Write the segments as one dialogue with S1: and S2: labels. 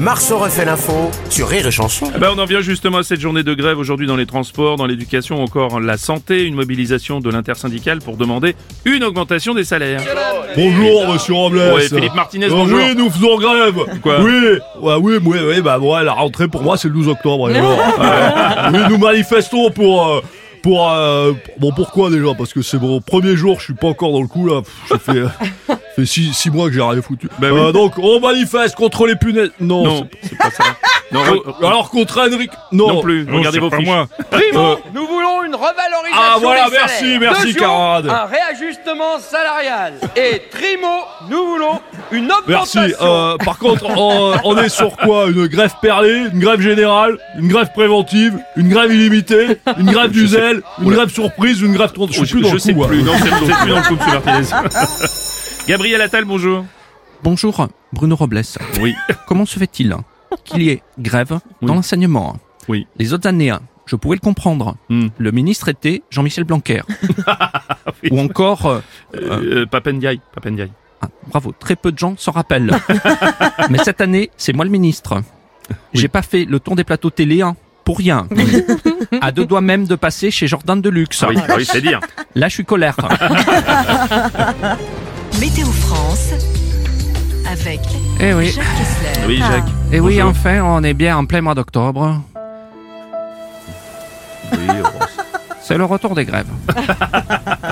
S1: Marceau refait l'info sur Rire et Chanson.
S2: Ben, on en vient justement à cette journée de grève aujourd'hui dans les transports, dans l'éducation, encore la santé, une mobilisation de l'intersyndicale pour demander une augmentation des salaires.
S3: Bonjour, monsieur Robles.
S2: Ouais, Philippe Martinez,
S3: Euh,
S2: bonjour.
S3: Oui, nous faisons grève.
S2: Quoi
S3: Oui, ouais, oui, oui, oui, bah, moi, la rentrée pour moi, c'est le 12 octobre. alors. Ouais. oui, nous manifestons pour. euh, pour euh, bon pourquoi déjà parce que c'est mon premier jour je suis pas encore dans le coup là Pff, ça fait, euh, ça fait six, six mois que j'ai rien foutu
S2: Bah
S3: Euh,
S2: oui.
S3: donc on manifeste contre les punaises non,
S2: Non, c'est pas ça. Non,
S3: c'est-
S2: re-
S3: alors contre Henrik Oh. non
S2: non plus, regardez vos fiches. Oh,
S4: Primo, nous voulons une revalorisation
S3: Euh. Ah, voilà,
S4: des salaires.
S3: merci, merci,
S4: Deux jours,
S3: camarade.
S4: Un réajustement salarial. Et Trimo, nous voulons une
S3: Merci.
S4: augmentation.
S3: Euh, par contre, on, on est sur quoi Une grève perlée, une grève générale, une grève préventive, une grève illimitée, une grève du zèle, une grève surprise, une grève... Je
S2: Oh,
S3: suis plus dans
S2: je
S3: le
S2: sais
S3: coup,
S2: plus,
S3: hein.
S2: non, c'est vous êtes plus dans le coup, monsieur Martinez. Gabriel Attal, bonjour.
S5: Bonjour, Bruno Robles.
S2: Oui.
S5: Comment se fait-il qu'il y ait grève dans
S2: Oui.
S5: l'enseignement
S2: Oui.
S5: Les autres années, je pouvais le comprendre.
S2: Hmm.
S5: Le ministre était Jean-Michel Blanquer. Ou encore, euh,
S2: Euh, Papendiaï, Papendiaï.
S5: ah, bravo, très peu de gens s'en rappellent. Mais cette année, c'est moi le ministre. J'ai pas fait le tour des plateaux télé hein, pour rien. À deux doigts même de passer chez Jordan Deluxe.
S2: Ah oui, ah oui, c'est dire.
S5: Là, je suis colère.
S6: Météo France avec
S5: Eh oui.
S6: Jacques Kessler.
S2: Oui, Jacques.
S5: Et oui,
S2: Bonjour.
S5: enfin, on est bien en plein mois d'octobre. C'est le retour des grèves.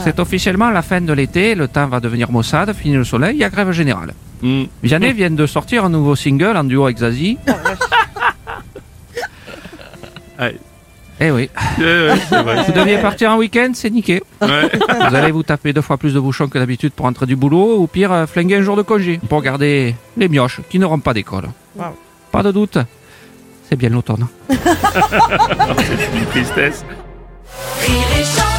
S5: C'est officiellement la fin de l'été, le temps va devenir maussade, fini le soleil, il y a grève générale.
S2: Hmm.
S5: Vianney vient de sortir un nouveau single en duo avec Zazie.
S2: Ouais.
S5: Eh oui,
S2: Euh, ouais, c'est vrai.
S5: vous deviez partir en week-end, c'est niqué.
S2: Ouais.
S5: Vous allez vous taper deux fois plus de bouchons que d'habitude pour entrer du boulot, ou pire, euh, flinguer un jour de congé pour garder les mioches qui n'auront pas d'école. Pas de doute, c'est bien l'automne.
S2: Une tristesse.
S6: Rire et chanson.